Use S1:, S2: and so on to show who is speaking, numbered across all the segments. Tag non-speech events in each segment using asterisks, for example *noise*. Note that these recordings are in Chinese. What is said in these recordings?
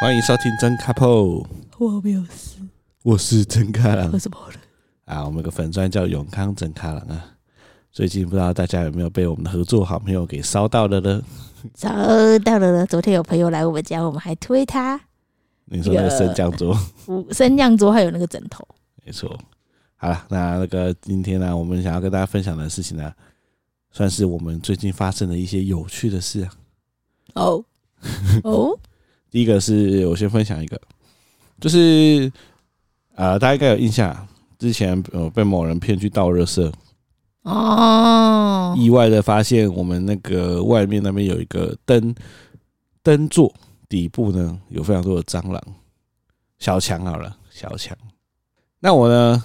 S1: 欢迎收听真 couple，
S2: 我没有事，
S1: 我是真开朗
S2: 我怎么了？
S1: *laughs* 啊，我们有个粉专叫永康真开朗啊。最近不知道大家有没有被我们的合作好朋友给烧到了呢？
S2: 找到了呢。昨天有朋友来我们家，我们还推他
S1: 你说那个
S2: 这个
S1: 升降桌，
S2: 五升降桌，还有那个枕头。
S1: 没错。好了，那那个今天呢、我们想要跟大家分享的事情呢、算是我们最近发生的一些有趣的事啊。
S2: *laughs* 哦哦，
S1: 第一个是我先分享一个，就是啊、呃大家应该有印象啊，之前呃被某人骗去倒热色，
S2: 哦，
S1: 意外的发现我们那个外面那边有一个灯灯座底部呢有非常多的蟑螂，小强好了，小强。那我呢，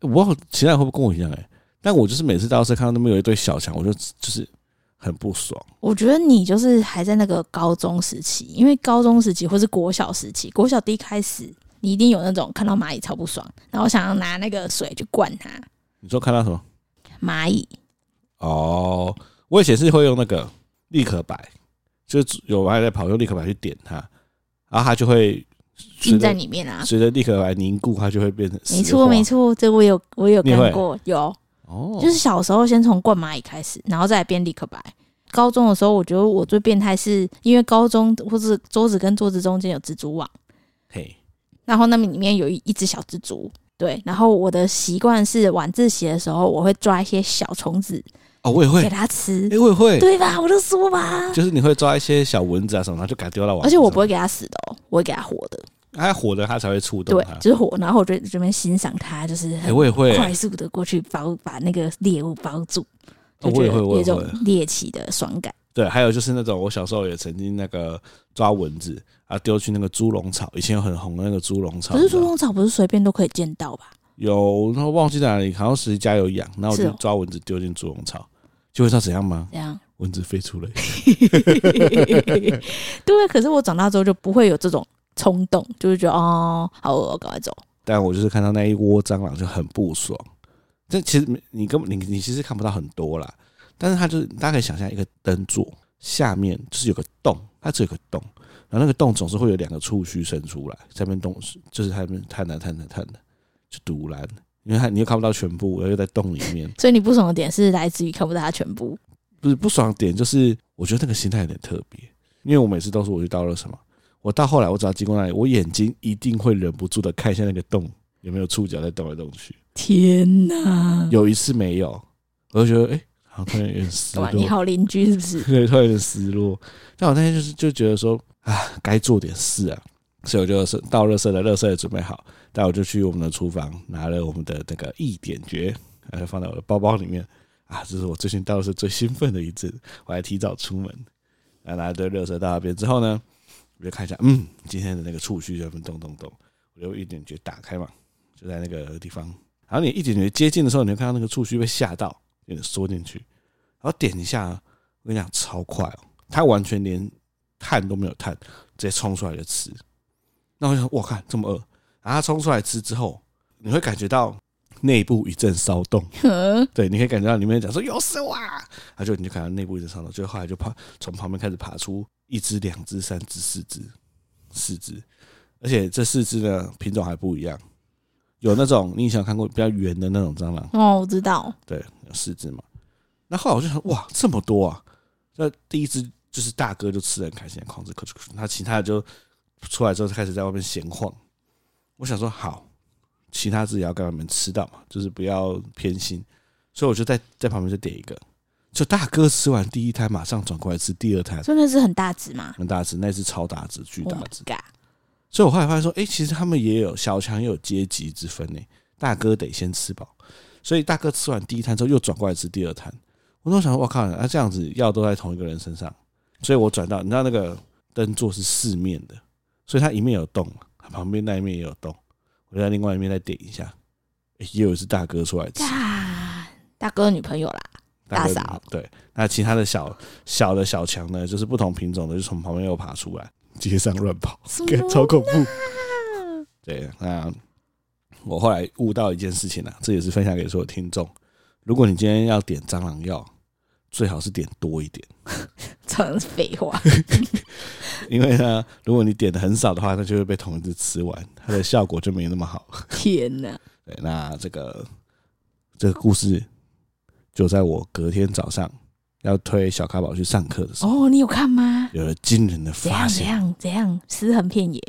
S1: 我好其他人会不会跟我一样哎、但我就是每次到车看到那边有一堆小强，我就就是很不爽。
S2: 我觉得你就是还在那个高中时期，因为高中时期或是国小时期，国小第一开始，你一定有那种看到蚂蚁超不爽，然后想要拿那个水去灌它。
S1: 你说看到什么？
S2: 蚂蚁
S1: 哦，我以前是会用那个立可白，就是有还在跑用立可白去点它，然后它就会随
S2: 浸在
S1: 着
S2: 里面啊，
S1: 随着立可白凝固，它就会变成
S2: 没
S1: 石
S2: 错
S1: 化
S2: 没错，这我有我有
S1: 你会
S2: 看过，有
S1: 哦，
S2: 就是小时候先从灌蚂蚁开始，然后再来变立可白。高中的时候，我觉得我最变态是因为高中或是桌子跟桌子中间有蜘蛛网，
S1: 嘿。
S2: 然后那里面有一一只小蜘蛛。对，然后我的习惯是晚自习的时候，我会抓一些小
S1: *laughs*
S2: 虫子
S1: 哦，我也会
S2: 给，它吃
S1: 哎、，我也会，
S2: 对吧？我就说吧，
S1: 就是你会抓一些小蚊子啊什么，然后就给它丢到网上，
S2: 而且我不会给它死的哦，我会给它活的，
S1: 它火的，它才会触动
S2: 对
S1: 它。，
S2: 就是活。然后我就这边欣赏它，就是
S1: 哎、
S2: 很
S1: 我也会，
S2: 快速的过去包把那个猎物包住，
S1: 哦
S2: 就
S1: 我
S2: 觉
S1: 也会，
S2: 得有
S1: 我
S2: 一
S1: 也
S2: 种
S1: 会。
S2: 猎奇的爽感。
S1: 对，还有就是那种我小时候也曾经那个抓蚊子啊，丢去那个猪笼草，以前有很红的那个猪笼草，
S2: 可是
S1: 你知
S2: 猪
S1: 道
S2: 笼草不是随便都可以见
S1: *laughs*
S2: 到吧？
S1: 有，然后忘记在哪里，好像谁家有养，然后我
S2: 是
S1: 就
S2: 哦
S1: 抓蚊子丢进猪笼草，就会知道怎样吗？
S2: 这样， *laughs*
S1: 蚊子飞出来，
S2: 对。可是我长大之后就不会有这种冲动，就是觉得哦，好饿，我赶快走。
S1: 但我就是看到那一窝蟑螂就很不爽。这其实你根本你你其实看不到很多啦，但是它就是大家可以想象一个灯座下面就是有个洞，它只有个洞，然后那个洞总是会有两个触须伸出来，下面洞就是它们探来探来探的，就堵烂，因为它你又看不到全部，然后又在洞里面，
S2: 所以你不爽的点是来自于看不到它全部。
S1: 不是不爽点就是我觉得那个心态有点特别，因为我每次都是我去倒了什么，我到后来我只要经过那里，我眼睛一定会忍不住的看一下那个洞有没有触角在动来动去。
S2: 天哪！
S1: 有一次没有，我就觉得哎、诶好像突然有点失
S2: 干
S1: 落
S2: 嘛？，你好邻居是不是？
S1: *laughs*
S2: *laughs*
S1: 对，突然有点失落。但我那天就是就觉得说啊，该做点事啊，所以我就是到热色的热色也准备好，但我就去我们的厨房拿了我们的那个一点诀，然后放在我的包包里面啊，这是我最近到的是最兴奋的一次，我还提早出门，然后拿一堆热色到那边之后呢，我就看一下，嗯，今天的那个触须就分咚咚咚，我就一点诀打开嘛，就在那个地方。然后你一点诀接近的时候，你就看到那个触须被吓到，有点缩进去，然后点一下，啊我跟你讲超快哦，它完全连探都没有探，直接冲出来就吃。那我就想，哇，看这么饿，然后它冲出来吃之后，你会感觉到内部一阵骚动，
S2: 嗯
S1: 对，你可以感觉到里面讲说有死哇，然后就你就感到内部一阵骚动，就后来就爬从旁边开始爬出一只、两只、三只、四只、四只，而且这四只呢品种还不一样，有那种你以前有看过比较圆的那种蟑螂，
S2: 哦，我知道。
S1: 对，有四只嘛。那后来我就想，哇，这么多啊！那第一只就是大哥就吃的很开心，狂吃，可那其他的就出来之后就开始在外面闲晃。我想说，好，其他只也要跟他们吃到嘛，就是不要偏心。所以我就在在旁边就点一个，就大哥吃完第一胎，马上转过来吃第二胎，
S2: 所以那是很大只嘛
S1: 很大只，那只超大只，巨
S2: ？Oh
S1: 大
S2: my
S1: 只。
S2: god！
S1: 所以我后来发现说，哎、其实他们也有小强也有阶级之分呢、大哥得先吃饱，所以大哥吃完第一摊之后，又转过来吃第二摊。我都想，我靠，那、这样子药都在同一个人身上，所以我转到你知道那个灯座是四面的，所以它一面有洞嘛，它旁边那一面也有洞，我就在另外一面再点一下，诶也有一只大哥出来吃，
S2: 干大哥的女朋友啦，
S1: 大
S2: 大
S1: 哥
S2: 嫂
S1: 对，那其他的小小的小强呢，就是不同品种的，就从旁边又爬出来，街上乱跑。
S2: 什
S1: 干
S2: 么
S1: 超恐怖
S2: 啦
S1: 对，那我后来悟到一件事情啊，这也是分享给所有听众：如果你今天要点蟑螂药，最好是点多一点，
S2: 成废
S1: *laughs*
S2: 话。
S1: 因为呢，如果你点的很少的话，那就会被同一只吃完，它的效果就没那么好。
S2: 天哪！
S1: 对，那这个这个故事就在我隔天早上要推小咖宝去上课的时候，
S2: 哦，你有看吗？
S1: 有了惊人的
S2: 怎
S1: 发
S2: 样怎
S1: 现，
S2: 样怎样，尸横遍野，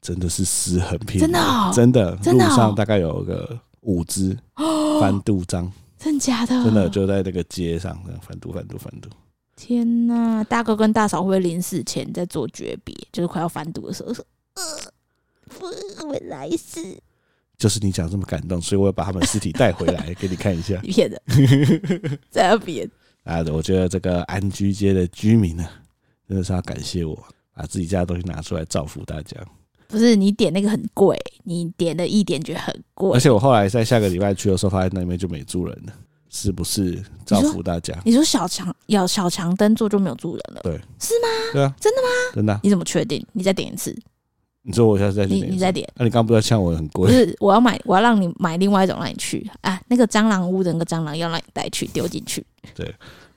S1: 真的是尸横遍野，
S2: 真的哦
S1: 真的，
S2: 真的哦
S1: 路上大概有个五只翻
S2: 哦，
S1: 肚章，
S2: *gasps* 真假的？
S1: 真的就在那个街上这样翻肚翻肚翻肚。
S2: 天呐，大哥跟大嫂会不会临死前在做诀别，就是快要翻肚的时候说：“呃，我来世
S1: 就是你讲这么感动，所以我要把他们尸体带回
S2: *laughs*
S1: 来给你看一下。
S2: 你骗人，在那边
S1: 啊，我觉得这个安居街的居民呢、真的是要感谢我，把自己家的东西拿出来造福大家。
S2: 不是你点那个很贵，你点的一点觉得很贵
S1: 而。且我后来在下个礼拜去的时候，发现那边就没住人了，是不是造福大家？
S2: 你说小强要小强灯做就没有住人了，
S1: 对
S2: 是吗？
S1: 对啊，
S2: 真的
S1: 吗？真的啊、
S2: 你怎么确定？你再点一次，
S1: 你说我下次再去
S2: 你
S1: 哪里啊
S2: 你再点，
S1: 那、你刚刚不是在呛我很
S2: 不
S1: 贵？
S2: 是我要买，我要让你买另外一种让你去啊，那个蟑螂屋的那个蟑螂要让你带去丢进去，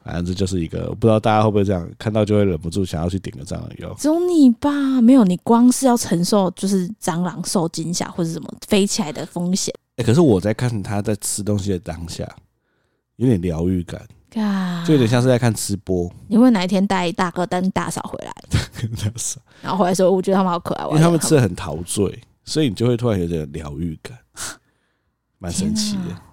S1: 反正这就是一个，不知道大家会不会这样，看到就会忍不住想要去点个蟑螂油。
S2: 只有你吧，没有你光是要承受就是蟑螂受惊吓或者什么飞起来的风险，
S1: 哎、可是我在看他在吃东西的当下，有点疗愈感，
S2: 啊，
S1: 就有点像是在看吃播。 *laughs*
S2: 你会哪一天带大哥跟大嫂回来，然后回来说我觉得他们好可爱，
S1: 因
S2: 我
S1: 为
S2: 要
S1: 他们
S2: 养
S1: 吃的很陶醉，所以你就会突然有点疗愈感，蛮神奇
S2: 天
S1: 的
S2: 啊。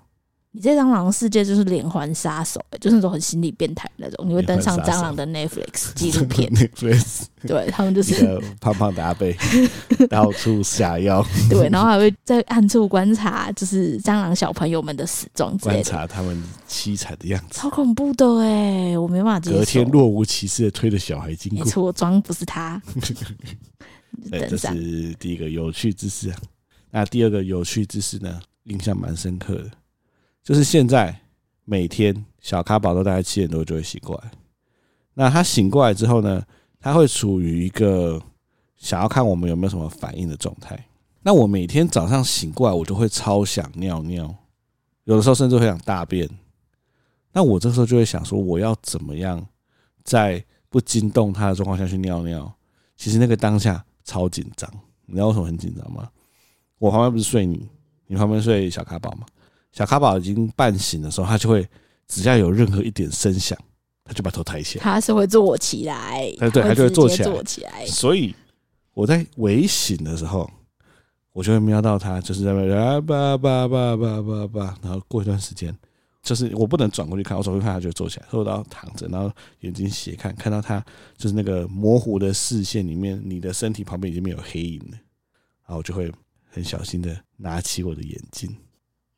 S2: 你在蟑螂世界就是连环杀手、就是那种很心理变态那种，你会登上
S1: 连环杀手，
S2: 蟑螂的 Netflix 纪录片
S1: Netflix *laughs*
S2: 对他们就
S1: 一
S2: 是
S1: 个胖胖的阿贝到处下药，
S2: *laughs* 对，然后还会在暗处观察，就是蟑螂小朋友们的死状之类
S1: 观
S2: 的，
S1: 察他们凄惨的样子。
S2: 超恐怖的哎、我没办法接受。
S1: 隔天若无其事的推着小孩经
S2: 没
S1: 过，
S2: 错，装不是他。
S1: 对，
S2: 等啊
S1: 这
S2: 上，
S1: 是第一个有趣知识啊。那第二个有趣知识呢，印象蛮深刻的，就是现在每天小咖宝都大概七点多就会醒过来。那他醒过来之后呢，他会处于一个想要看我们有没有什么反应的状态。那我每天早上醒过来，我就会超想尿尿，有的时候甚至会想大便。那我这时候就会想说，我要怎么样在不惊动他的状况下去尿尿？其实那个当下超紧张，你知道为什么很紧张吗？我旁边不是睡你，你旁边睡小卡宝嘛？小卡宝已经半醒的时候，他就会只要有任何一点声响，他就把头抬起来。
S2: 他是会坐起来，
S1: 哎对
S2: 他
S1: 他就会
S2: 直
S1: 坐
S2: 接
S1: 起来
S2: 坐起来。
S1: 所以我在微醒的时候，我就会瞄到他，就是在那边啊吧吧吧吧吧吧，然后过一段时间，就是我不能转过去看，我转过去看他就坐起来，坐到躺着，然后眼睛斜看，看到他就是那个模糊的视线里面，你的身体旁边已经没有黑影了，然后我就会很小心的拿起我的眼镜，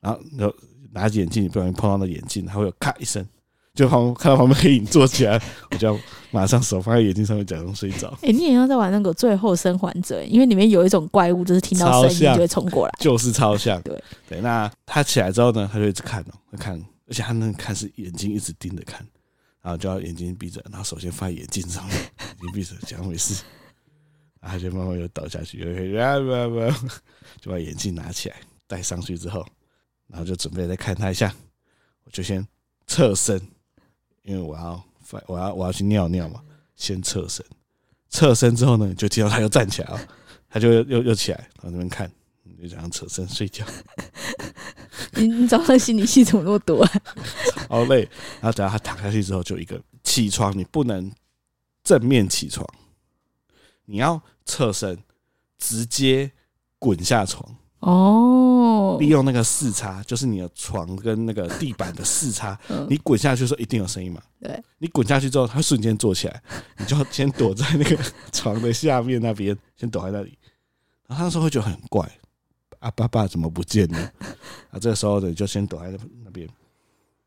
S1: 然后然后拿起眼镜，你不小心碰到那眼镜，它会有咔一声。就旁边看到旁边黑影坐起来，我就要马上手放在眼镜上面假装睡着。
S2: 哎、你也要在玩那个《最后生还者》，因为里面有一种怪物，就是听到
S1: 超
S2: 声音
S1: 像
S2: 就会冲过来。
S1: 就是超像。
S2: 对
S1: 对，那他起来之后呢，他就一直看哦，会看，而且他那个看是眼睛一直盯着看，然后就要眼睛闭着，然后手先放在眼镜上 *laughs* 面，眼睛闭着，讲没事，然后他就慢慢又倒下去，又会啊不不，就把眼镜拿起来戴上去之后，然后就准备再看他一下，我就先侧身，因为我要翻我要我要去尿尿嘛，先侧身，侧身之后呢，就听到他又站起来哦，他就又又又起来，然后那边看。就这样扯身睡觉， *laughs*
S2: 你 *laughs* 你早上心理系怎么那么
S1: *laughs*
S2: 多、啊？
S1: 好累。然后等到他躺下去之后，就一个起床，你不能正面起床，你要侧身，直接滚下床，
S2: 哦，
S1: 利用那个视差，就是你的床跟那个地板的视差，
S2: 嗯
S1: 你滚下去的时候一定有声音嘛？
S2: 对，
S1: 你滚下去之后，他瞬间坐起来， *laughs* 你就要先躲在
S2: *laughs*
S1: 那个床的下面那边，先躲在那里。然后他那时候会觉得很怪，啊，爸爸怎么不见了？啊，这个时候呢，你就先躲在那那边，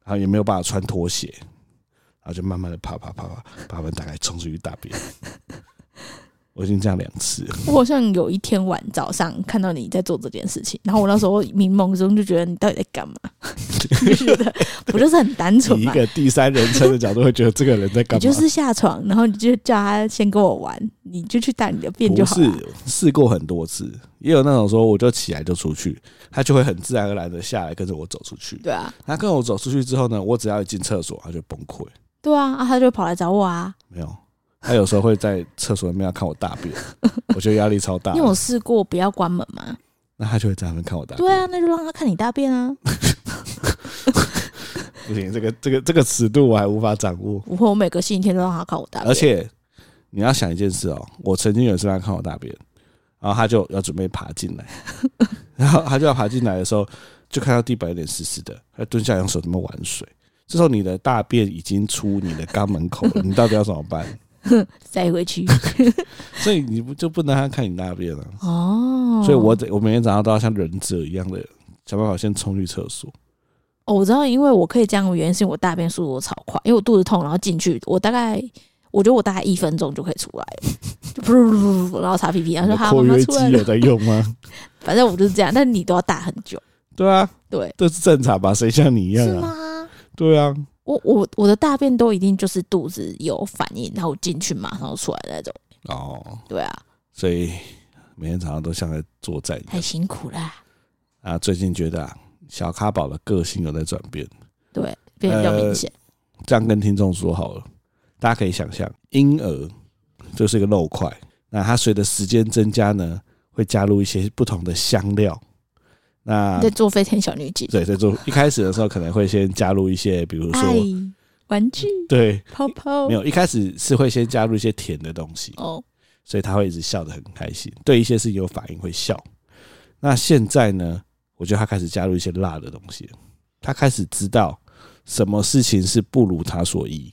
S1: 然后也没有办法穿拖鞋，然后就慢慢的爬爬爬爬，把门打开，冲出去大便。 *laughs* 我已经这样两次
S2: *laughs*
S1: 了，
S2: 我好像有一天晚早上看到你在做这件事情，然后我那时候冥梦中就觉得你到底在干嘛？
S1: *laughs*
S2: 就觉得不就是很单纯
S1: 以一
S2: 嘛？
S1: 个第三人称的角度，会觉得这个人在干
S2: 你
S1: 嘛？
S2: 就是下床，然后你就叫他先跟我玩，你就去带你的便就
S1: 不
S2: 好了。
S1: 是试过很多次，也有那种说我就起来就出去，他就会很自然而然的下来跟着我走出去。
S2: 对啊，
S1: 他跟我走出去之后呢，我只要一进厕所，他就崩溃。
S2: 对啊，啊，他就跑来找我啊，
S1: 没有。他有时候会在厕所里面要看我大
S2: *laughs*
S1: 便，我觉得压力超大
S2: 你。有试过不要关门吗？
S1: 那他就会在那边看我大便。
S2: 对啊，那就让他看你大便啊！ *laughs*
S1: 不行，这个这个这个尺度我还无法掌握。
S2: 不会，我每个星期天都让他看我大便，
S1: 而且你要想一件事哦，我曾经有一次让他看我大便，然后他就要准备爬进
S2: *laughs*
S1: 来，然后他就要爬进来的时候，就看到地板有点湿湿的，他蹲下用手这么玩水。这时候你的大便已经出你的肛门口了，你到底要怎么办？
S2: 塞
S1: *laughs*
S2: 回去
S1: 所以你不就不能让他看你大便了、
S2: 哦。
S1: 所以我得我每天早上都要像忍者一样的想办法先冲去厕所。
S2: 哦，我知道，因为我可以这样的原因是因为我大便速度超快，因为我肚子痛，然后进去，我大概我觉得我大概一分钟就可以出来了， *laughs* 就噗噗噗噗然后擦屁屁，然后
S1: 你
S2: 说
S1: 的
S2: 好，
S1: 括
S2: 妈妈
S1: 约
S2: 出来
S1: 肌有
S2: 了。
S1: 在用
S2: *laughs*
S1: 吗？
S2: 反正我就是这样，但你都要大很久，
S1: 对啊，
S2: 对，
S1: 这是正常吧？谁像你一样
S2: 是
S1: 啊？
S2: 吗？
S1: 对啊，
S2: 我我我的大便都一定就是肚子有反应，然后进去马上就出来那种，
S1: 哦，
S2: 对啊，
S1: 所以每天早上都像在作战一
S2: 太
S1: 样
S2: 辛苦啦，
S1: 啊。最近觉得、啊、小咖宝的个性有在转变，
S2: 对，变得比较明显，
S1: 这样跟听众说好了，大家可以想象，婴儿就是一个肉块，那它随着时间增加呢，会加入一些不同的香料。那呃
S2: 你在做飞天小女警，
S1: 对，在做一开始的时候可能会先加入一些，比如说
S2: 爱哎玩具
S1: 对，
S2: 泡泡
S1: 没有一开始是会先加入一些甜的东西，
S2: 哦，
S1: 所以他会一直笑得很开心，对一些事情有反应会笑。那现在呢，我觉得他开始加入一些辣的东西了，他开始知道什么事情是不如他所意。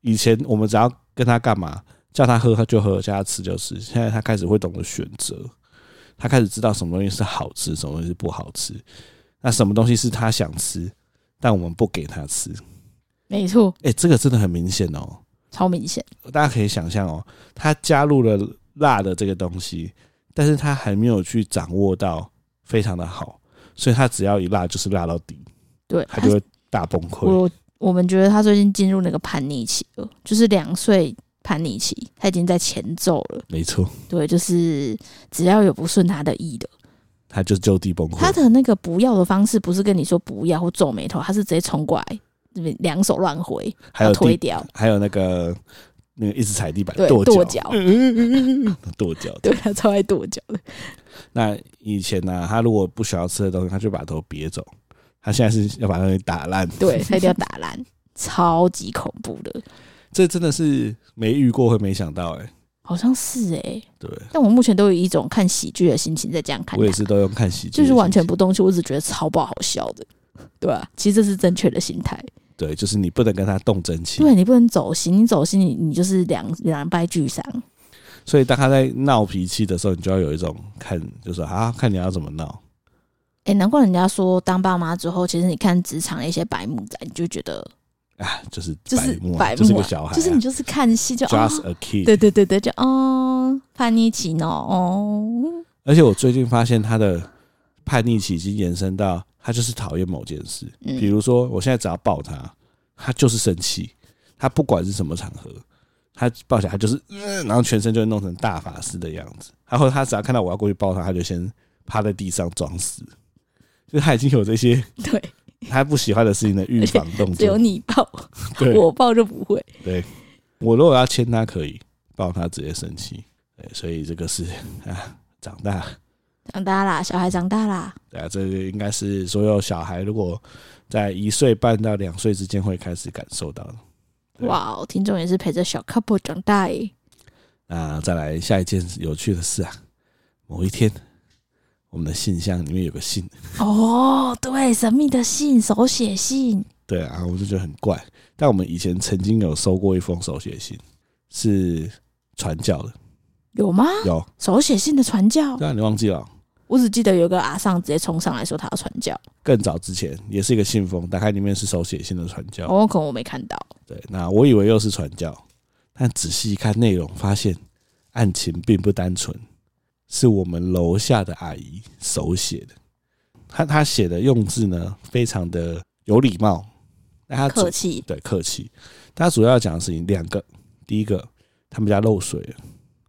S1: 以前我们只要跟他干嘛，叫他喝他就喝，叫他吃就吃。现在他开始会懂得选择，他开始知道什么东西是好吃，什么东西是不好吃。那什么东西是他想吃，但我们不给他吃。
S2: 没错，
S1: 哎、这个真的很明显哦。
S2: 超明显，
S1: 大家可以想象哦，他加入了辣的这个东西，但是他还没有去掌握到非常的好，所以他只要一辣就是辣到底，
S2: 对，
S1: 他就会大崩溃。
S2: 我我们觉得他最近进入那个叛逆期了，就是两岁叛逆期，他已经在前奏了。
S1: 没错，
S2: 对，就是只要有不顺他的意的，
S1: 他就就地崩溃。
S2: 他的那个不要的方式不是跟你说不要或皱眉头，他是直接冲过来，两手乱挥，
S1: 还有
S2: 推
S1: 地，
S2: 掉，
S1: 还有那个那个一直踩地板
S2: 对，
S1: 跺
S2: 跺
S1: 脚，
S2: 脚，
S1: 跺脚。
S2: 对他超爱跺脚的，
S1: 那以前呢、他如果不想要吃的东西，他就把头别走。他现在是要把东西打烂，
S2: 对他一定要打烂，超级恐怖的，
S1: *laughs* 这真的是没遇过会没想到哎、
S2: 好像是哎、
S1: 对
S2: 但我目前都有一种看喜剧的心情在这样看
S1: 我也
S2: 他，
S1: 是都用看喜剧的心情，
S2: 就是完全不动气，我只觉得超爆好笑的，对吧、其实这是正确的心态。
S1: 对，就是你不能跟他动真情。
S2: 对你不能走心，你走心你你就是两两败俱伤。
S1: 所以当他在闹脾气的时候，你就要有一种看，就是啊，看你要怎么闹。
S2: 哎、难怪人家说当爸妈之后，其实你看职场的一些白目仔，你就觉得
S1: 啊，就是
S2: 就是
S1: 目啊，
S2: 白目啊、
S1: 就是个小孩啊、
S2: 就是你就是看戏就啊，
S1: just a kid。
S2: 对对对对，就哦叛逆期呢哦，
S1: 而且我最近发现他的叛逆期已经延伸到他就是讨厌某件事，比
S2: 嗯，
S1: 如说我现在只要抱他，他就是生气，他不管是什么场合，他抱起来他就是，呃然后全身就会弄成大法师的样子。然后他只要看到我要过去抱他，他就先趴在地上装死，就是他已经有这些
S2: *laughs* 对，
S1: 他不喜欢的事情的预防动
S2: 只有
S1: 作。
S2: 你抱，
S1: 对。
S2: *laughs* 我抱就不会。
S1: 我如果要牵他可以，抱他直接生气。对，所以这个是 *laughs* 啊，长大，
S2: 长大啦，小孩长大啦，
S1: 对啊，这个应该是所有小孩如果在一岁半到两岁之间会开始感受到的。对
S2: 哇哦，听众也是陪着小 couple 长大诶、
S1: 那啊再来下一件有趣的事啊，某一天，我们的信箱里面有个信，
S2: 哦，对，神秘的信，手写信，
S1: 对啊，我就觉得很怪。但我们以前曾经有收过一封手写信，是传教的，
S2: 有吗？
S1: 有，
S2: 手写信的传教。
S1: 对啊，你忘记了？
S2: 我只记得有个阿尚直接冲上来说他要传教，
S1: 更早之前也是一个信封，打开里面是手写信的传教。
S2: 哦，可能我没看到，
S1: 对，那我以为又是传教，但仔细一看内容，发现案情并不单纯，是我们楼下的阿姨手写的。她她写的用字呢，非常的有礼貌，那她主
S2: 客气，
S1: 对客气。她主要讲的事情两个，第一个，他们家漏水了，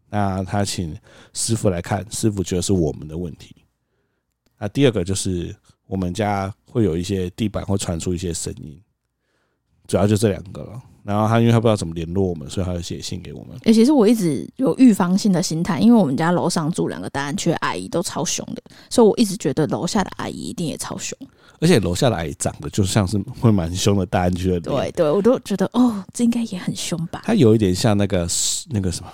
S1: 那她请师傅来看，师傅觉得是我们的问题。那第二个就是我们家会有一些地板会传出一些声音，主要就这两个了。然后他因为他不知道怎么联络我们，所以他就写信给我们。
S2: 尤其是我一直有预防性的心态，因为我们家楼上住两个大安区的阿姨都超凶的，所以我一直觉得楼下的阿姨一定也超凶。
S1: 而且楼下的阿姨长得就像是会蛮凶的大安区的脸，
S2: 对对，我都觉得哦，这应该也很凶吧？
S1: 他有一点像那个那个什么，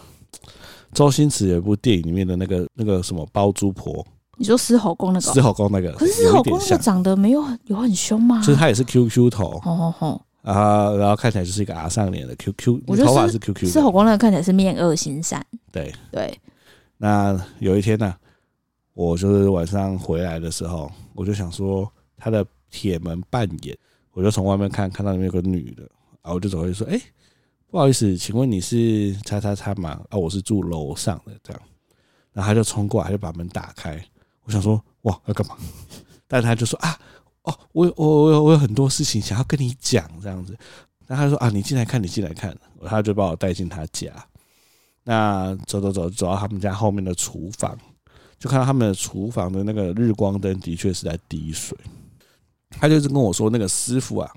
S1: 周星驰有一部电影里面的那个那个什么包租婆、
S2: 你说狮吼功那个哦、
S1: 狮吼功那个，
S2: 可是狮
S1: 有
S2: 吼
S1: 一
S2: 功
S1: 点
S2: 那
S1: 像
S2: 个，长得没有很有很凶吗？
S1: 就是他也是 QQ 头
S2: 哦哦哦，
S1: 啊，然后看起来就是一个阿上脸的 QQ，
S2: 我觉得
S1: 头发
S2: 是
S1: 是 QQ
S2: 狮
S1: 的
S2: 吼。功那个看起来是面恶心善。
S1: 对
S2: 对，
S1: 那有一天呢、我就是晚上回来的时候，我就想说他的铁门半掩，我就从外面看，看到里面有个女的，啊，我就走过去说：“哎、不好意思，请问你是叉叉叉吗？啊，我是住楼上的这样。”然后他就冲过来，就把门打开。我想说：“哇，要干嘛？” *laughs* 但他就说：“啊，哦，我有我有我有我有很多事情想要跟你讲，这样子。”然后他就说：“啊，你进来看，你进来看。”他就把我带进他家。那走走走，走到他们家后面的厨房，就看到他们的厨房的那个日光灯的确是在滴水。他就是跟我说，那个师傅啊，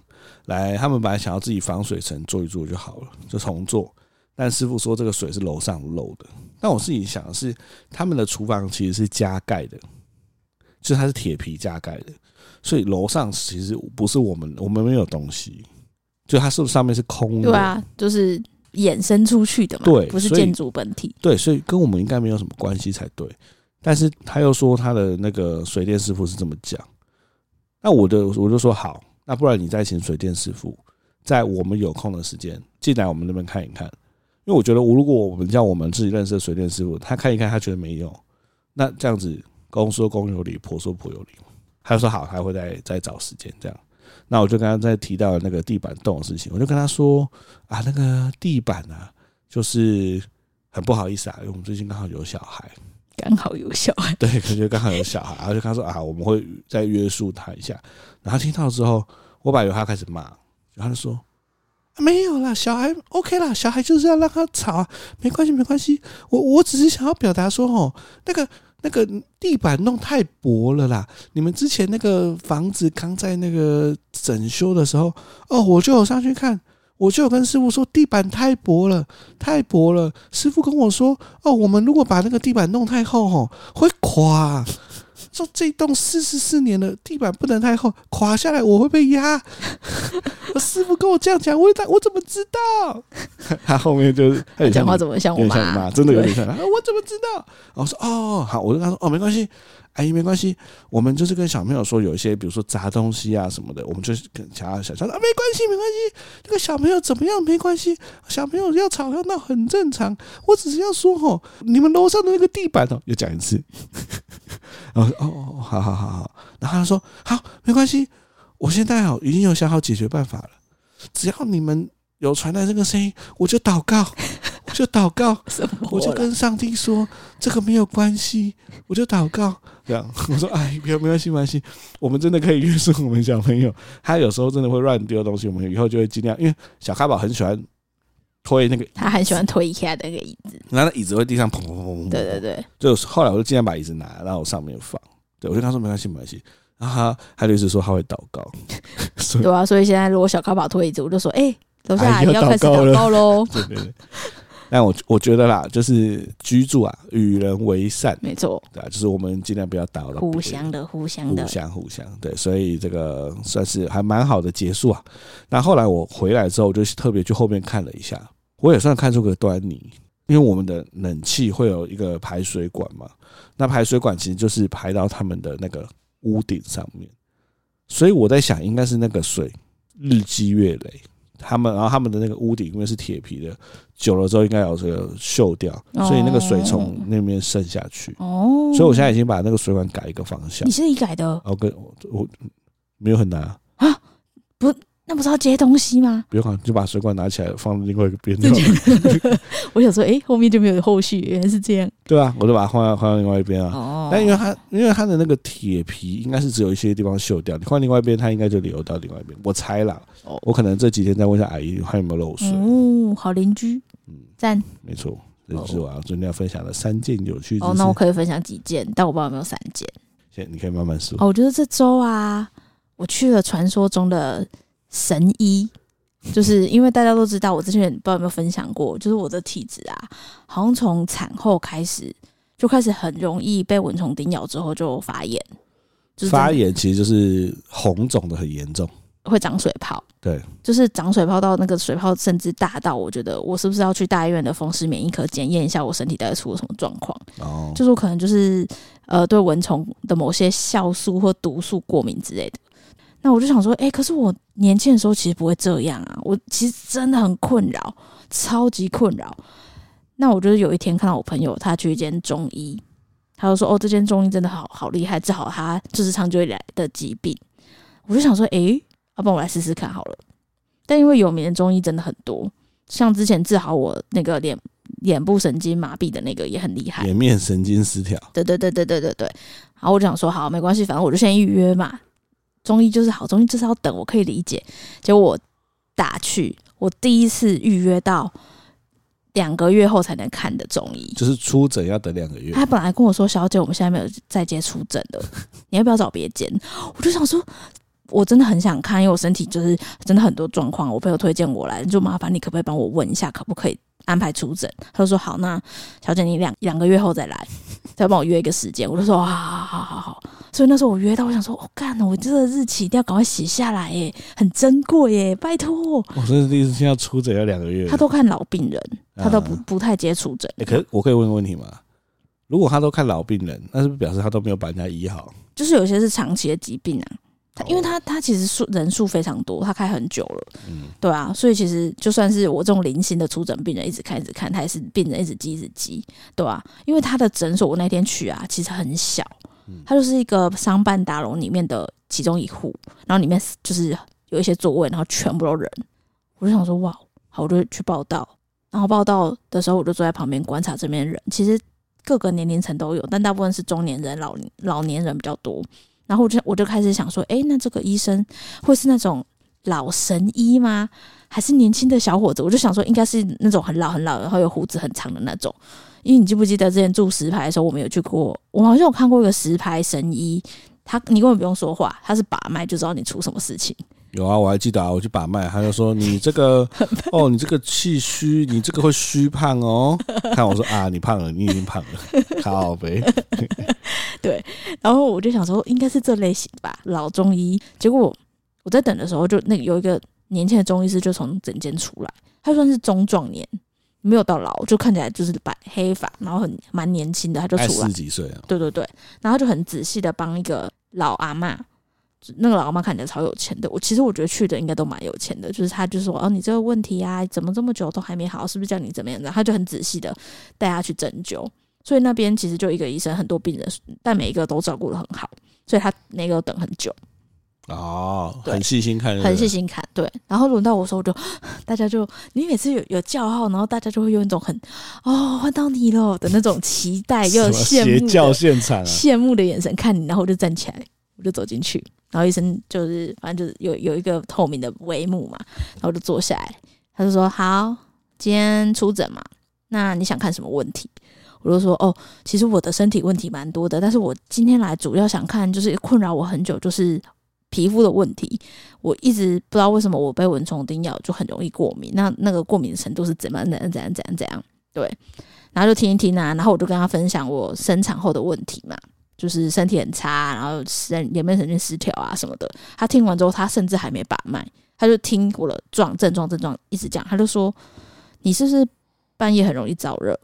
S1: 来，他们本来想要自己防水层做一做就好了，就重做。但师傅说这个水是楼上漏的。但我自己想的是，他们的厨房其实是加盖的，就是它是铁皮加盖的，所以楼上其实不是我们，我们没有东西，就它是上面是空的。
S2: 对啊，就是衍生出去的嘛，
S1: 嗯对
S2: 不是
S1: 所以
S2: 建筑本体。
S1: 对，所以跟我们应该没有什么关系才对。但是他又说他的那个水电师傅是这么讲，那我的我就说好，那不然你再请水电师傅，在我们有空的时间进来我们那边看一看，因为我觉得我如果我们叫我们自己认识的水电师傅，他看一看他觉得没用，那这样子公说公有理，婆说婆有理，他就说好，他会再再找时间这样。那我就跟他在提到那个地板洞的事情，我就跟他说啊，那个地板啊，就是很不好意思啊，因为我们最近刚好有小孩，
S2: 刚好有效，
S1: 对，可能刚好有小孩，然后就跟他说啊，我们会再约束他一下。然后听到之后，我把油他开始骂，然后他就说、啊没有啦，小孩 OK 啦，小孩就是要让他吵啊，没关系没关系，我我只是想要表达说哦，那个那个地板弄太薄了啦，你们之前那个房子刚在那个整修的时候，哦，我就有上去看。我就有跟师傅说地板太薄了，太薄了。师傅跟我说，哦，我们如果把那个地板弄太厚，吼，会垮。说这栋四十四年的地板不能太厚，垮下来我会被 *laughs* 压。我师傅跟我这样讲，我也在我怎么知道？ *laughs* 他后面就是他有
S2: 讲话
S1: 像
S2: 怎么像
S1: 有
S2: 我
S1: 点像你
S2: 妈？
S1: 妈，真的有点
S2: 哦对
S1: 像她。啊我怎么知道？然后我说哦，好，我就跟他说哦，没关系，阿姨没关系，我们就是跟小朋友说有一些，比如说砸东西啊什么的，我们就是跟想要想象啊，没关系，没关系，这个小朋友怎么样没关系，小朋友要吵要闹很正常。我只是要说哦，你们楼上的那个地板哦，又讲一次。然后我说哦哦，哦好好好好。然后他说好，没关系，我现在哦已经有想好解决办法了，只要你们有传来这个声音，我就祷告，我就祷告。
S2: 什么啦？
S1: 我就跟上帝说这个没有关系，我就祷告这样。 *laughs* 我说哎，没有没关系，没关系，我们真的可以约束我们小朋友，他有时候真的会乱丢东西，我们以后就会尽量，因为小咖宝很喜欢推那个，
S2: 他很喜欢推一下那个椅子，
S1: 然后那椅子会地上砰砰砰砰砰，
S2: 对对对，
S1: 就后来我就尽量把椅子拿到上面放，对我就跟他说没关系，没关系。然后他他就一直说他会祷告， *laughs* 所以
S2: 对啊，所以现在如果小咖宝推椅子，我就说，哎、楼下阿
S1: 哎
S2: 姨
S1: 要
S2: 要开始
S1: 祷告了
S2: 祷告
S1: *laughs*
S2: 喽。
S1: 对对对。但我我觉得啦，就是居住啊，与人为善，
S2: 没错，
S1: 对啊，就是我们尽量不要打扰到别人
S2: 互相的，互相的
S1: 互，相互相，对，所以这个算是还蛮好的结束啊。那后来我回来之后，我就特别去后面看了一下，我也算看出个端倪，因为我们的冷气会有一个排水管嘛，那排水管其实就是排到他们的那个屋顶上面，所以我在想，应该是那个水日积月累。他们，然后他们的那个屋顶因为是铁皮的，久了之后应该有这个锈掉，所以那个水从那边渗下去。
S2: 哦，
S1: 所以我现在已经把那个水管改一个方向
S2: 你。是你改的，
S1: 哦，跟我我没有很难啊，
S2: 那不是要接东西吗？ *laughs*
S1: 不用管，就把水管拿起来放另外一个边就好了
S2: 我想说，哎、后面就没有后续，原来是这样。
S1: *laughs* 对啊，我就把它换到换到另外一边啊。
S2: 哦
S1: 但因为它因为它的那个铁皮应该是只有一些地方锈掉，你换另外一边，它应该就流到另外一边。我猜啦，
S2: 哦
S1: 我可能这几天再问一下阿姨还有没有漏水。
S2: 哦，好邻居，
S1: 嗯，
S2: 赞。
S1: 没错，这就是我要今天要分享的三件有趣之
S2: 哦，
S1: 事
S2: 那我。可以分享几件，但我不知道有没有三件。
S1: 现在你可以慢慢
S2: 哦
S1: 说。
S2: 哦，我觉得这周啊，我去了传说中的神医就是因为大家都知道，我之前不知道有没有分享过，就是我的体质啊，好像从产后开始就开始很容易被蚊虫叮咬，之后就发炎，就是真的
S1: 发炎其实就是红肿的很严重，
S2: 会长水泡。
S1: 对，
S2: 就是长水泡到那个水泡甚至大到，我觉得我是不是要去大医院的风湿免疫科检验一下我身体到底出了什么状况？
S1: 哦，
S2: 就是我可能就是呃对蚊虫的某些酵素或毒素过敏之类的。那我就想说，哎、可是我年轻的时候其实不会这样啊，我其实真的很困扰，超级困扰。那我就是有一天看到我朋友他去一间中医，他就说，哦，这间中医真的好好厉害，治好他就是长久以来的疾病。我就想说，哎、要不然我来试试看好了。但因为有名的中医真的很多，像之前治好我那个脸脸部神经麻痹的那个也很厉害，
S1: 颜面神经失调，
S2: 对对对对对对对。然后我就想说，好，没关系，反正我就先预约嘛。中医就是好，中医就是要等，我可以理解。结果我打去，我第一次预约到两个月后才能看的中医。
S1: 就是出诊要等两个月。
S2: 他本来跟我说：“小姐，我们现在没有再接触诊了，你要不要找别间？”我就想说，我真的很想看，因为我身体就是真的很多状况。我朋友推荐我来，就麻烦你可不可以帮我问一下，可不可以安排出诊？他就说：“好，那小姐你两两个月后再来，再帮我约一个时间。”我就说：“好好好好好。”所以那时候我约到，我想说：“我、哦干了，我这个日期一定要赶快写下来，耶，很珍贵耶，拜托。
S1: 我真是第一次听到出诊要两个月”，
S2: 他都看老病人，他都不
S1: 嗯
S2: 不太接触诊。
S1: 欸可是我可以问个问题吗？如果他都看老病人，那是不是表示他都没有把人家医好？
S2: 就是有些是长期的疾病啊。他
S1: 哦
S2: 因为他他其实数人数非常多，他开很久了，
S1: 嗯，
S2: 对啊，所以其实就算是我这种零星的出诊病人，一直看一直看，他也是病人一直积一直积，对啊，因为他的诊所我那天去啊，其实很小，它就是一个商办达隆里面的其中一户，然后里面就是有一些座位，然后全部都人，我就想说哇，好，我就去报道，然后报道的时候我就坐在旁边观察这边的人，其实各个年龄层都有，但大部分是中年人、老老年人比较多。然后我就我就开始想说，诶，那这个医生会是那种老神医吗？还是年轻的小伙子？我就想说，应该是那种很老很老，然后有胡子很长的那种。因为你记不记得之前住石牌的时候，我们有去过，我好像有看过一个石牌神医，他你根本不用说话，他是把脉就知道你出什么事情。
S1: 有啊，我还记得啊，我去把脉，他就说你这个哦，你这个气虚，你这个会虚胖哦。看我说啊，你胖了，你已经胖了，好呗。
S2: 然哦后我就想说，应该是这类型吧，老中医。结果我在等的时候就，那个有一个年轻的中医师就从诊间出来，他算是中壮年，没有到老，就看起来就是白黑发，然后很蛮年轻的，他就
S1: 才
S2: 出
S1: 四
S2: 来
S1: 十。几岁啊，
S2: 对对对，然后他就很仔细的帮一个老阿嬷，那个老阿嬷看起来超有钱的。我其实我觉得去的应该都蛮有钱的，就是他就说哦，你这个问题啊，怎么这么久都还没好，是不是叫你怎么样？然后他就很仔细的带他去针灸，所以那边其实就一个医生，很多病人，但每一个都照顾的很好，所以他每个都等很久，
S1: 哦，
S2: 对
S1: 很细心看，
S2: 很细。心看。对，然后轮到我的时候，我就大家就你每次有有叫号，然后大家就会用一种很哦换到你了的那种期待又
S1: 什么
S2: 羡
S1: 邪
S2: 慕的
S1: 教现场啊，
S2: *laughs* 羡慕的眼神看你，然后我就站起来，我就走进去，然后医生就是反正就是有有一个透明的帷幕嘛，然后我就坐下来，他就说好，今天出诊嘛，那你想看什么问题？我就说哦，其实我的身体问题蛮多的，但是我今天来主要想看就是困扰我很久就是皮肤的问题，我一直不知道为什么我被蚊虫叮咬就很容易过敏，那那个过敏的程度是怎么样怎样怎样怎样怎样，对，然后就听一听啊，然后我就跟他分享我生产后的问题嘛，就是身体很差，然后神颜面神经失调啊什么的。他听完之后，他甚至还没把脉，他就听我的状症状症状一直讲，他就说你是不是半夜很容易燥热？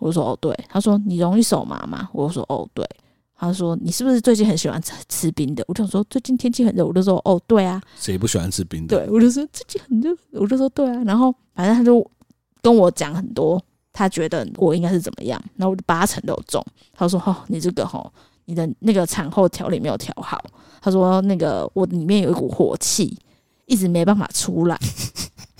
S2: 我就说哦对，他说你容易手麻吗？我就说哦对，他说你是不是最近很喜欢吃吃冰的？我就想说最近天气很热，我就说哦对啊，
S1: 谁不喜欢吃冰的？
S2: 对，我就说自己很热，我就说对啊，然后反正他就跟我讲很多，他觉得我应该是怎么样，然后我就八成都有中。他说：“哦，你这个哦，你的那个产后调理没有调好。”他说：“哦那个我里面有一股火气，一直没办法出来。” *laughs*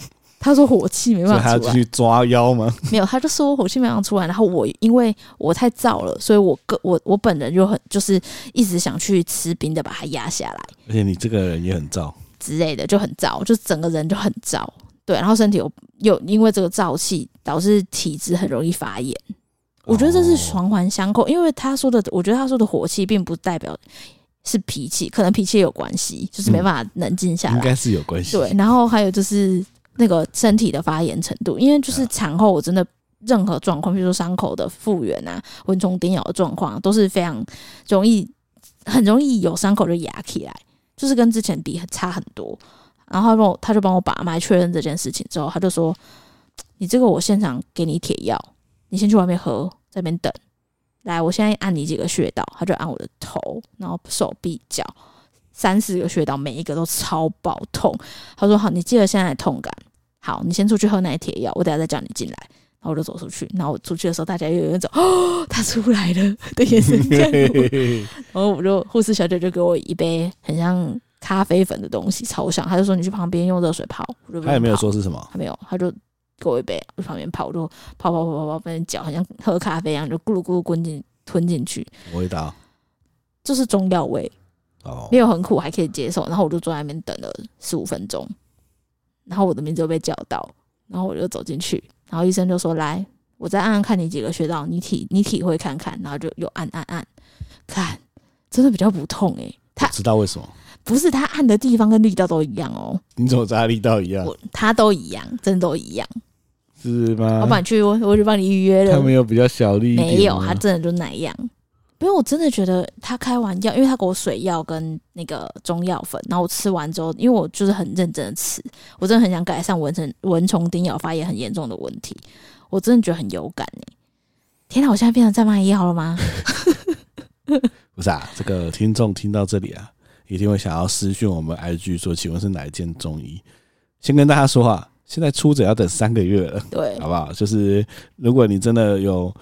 S2: 他说：“火气没
S1: 所
S2: 办
S1: 以他
S2: 法
S1: 要
S2: 出来
S1: 继。”续抓妖吗？
S2: 没有，他就说火气没有出来，然后我因为我太燥了，所以我个我我本人就很就是一直想去吃冰的把它压下来。
S1: 而且你这个人也很燥，
S2: 之类的，就很燥，就整个人就很燥。对，然后身体有又因为这个燥气，导致体质很容易发炎。 *laughs* 我觉得这是
S1: 哦
S2: 环环相扣，因为他说的，我觉得他说的火气，并不代表是脾气，可能脾气也有关系，就是没办法冷静下
S1: 应
S2: 来。
S1: 该是有关系。 *laughs*
S2: 对，， *laughs* 然后还有就是那个身体的发炎程度，因为就是
S1: 啊
S2: 产后我真的任何状况，比如说伤口的复原啊、蚊虫叮咬的状况，都是非常容易，很容易有伤口就压起来，就是跟之前比差很多。然后他帮我，他就帮我把脉确认这件事情之后，他就说：“你这个我现场给你铁药，你先去外面喝，在那边等。来，我现在按你几个穴道，他就按我的头，然后手臂、脚，三四个穴道，每一个都超爆痛。他说：“好，你记得现在的痛感。好，你先出去喝那铁药，我等下再叫你进来。”然后我就走出去，然后我出去的时候，大家又有一种“哦，他出来了”的眼神看
S1: *laughs*
S2: 我，然后我就护士小姐就给我一杯很像咖啡粉的东西，超像。她就说：“你去旁边用热水泡。”我就不
S1: 他也没有
S2: 泡
S1: 说是什么，
S2: 他没有，他就给我一杯，我去旁边泡，我就泡泡泡泡泡，变成脚好像喝咖啡一样，就咕噜咕噜滚进吞进去，
S1: 我味道
S2: 就是中药味，
S1: 哦，
S2: 没有很苦，还可以接受。然后我就坐在那边等了十五分钟，然后我的名字就被叫到，然后我就走进去，然后医生就说：“来，我再按按看你几个穴道，你体你体会看看。”然后就又按按按，看真的比较不痛诶、他
S1: 知道为什么？
S2: 不是他按的地方跟力道都一样哦，
S1: 你怎么知道力道一样？
S2: 我他都一样，真的都一样。
S1: 是吗？
S2: 老板去我我就帮你预约了，
S1: 他没有比较小力一点吗
S2: 没有，他真的就那样。因为我真的觉得他开完药，因为他给我水药跟那个中药粉，然后我吃完之后，因为我就是很认真的吃，我真的很想改善蚊虫蚊虫叮咬发炎很严重的问题，我真的觉得很有感哎、天哪，我现在变成在卖药了吗？ *laughs*
S1: 不是啊，这个听众听到这里啊，一定会想要私讯我们 IG 说，请问是哪一间中医？先跟大家说啊，现在出诊要等三个月了，
S2: 对
S1: 好，不好？就是如果你真的有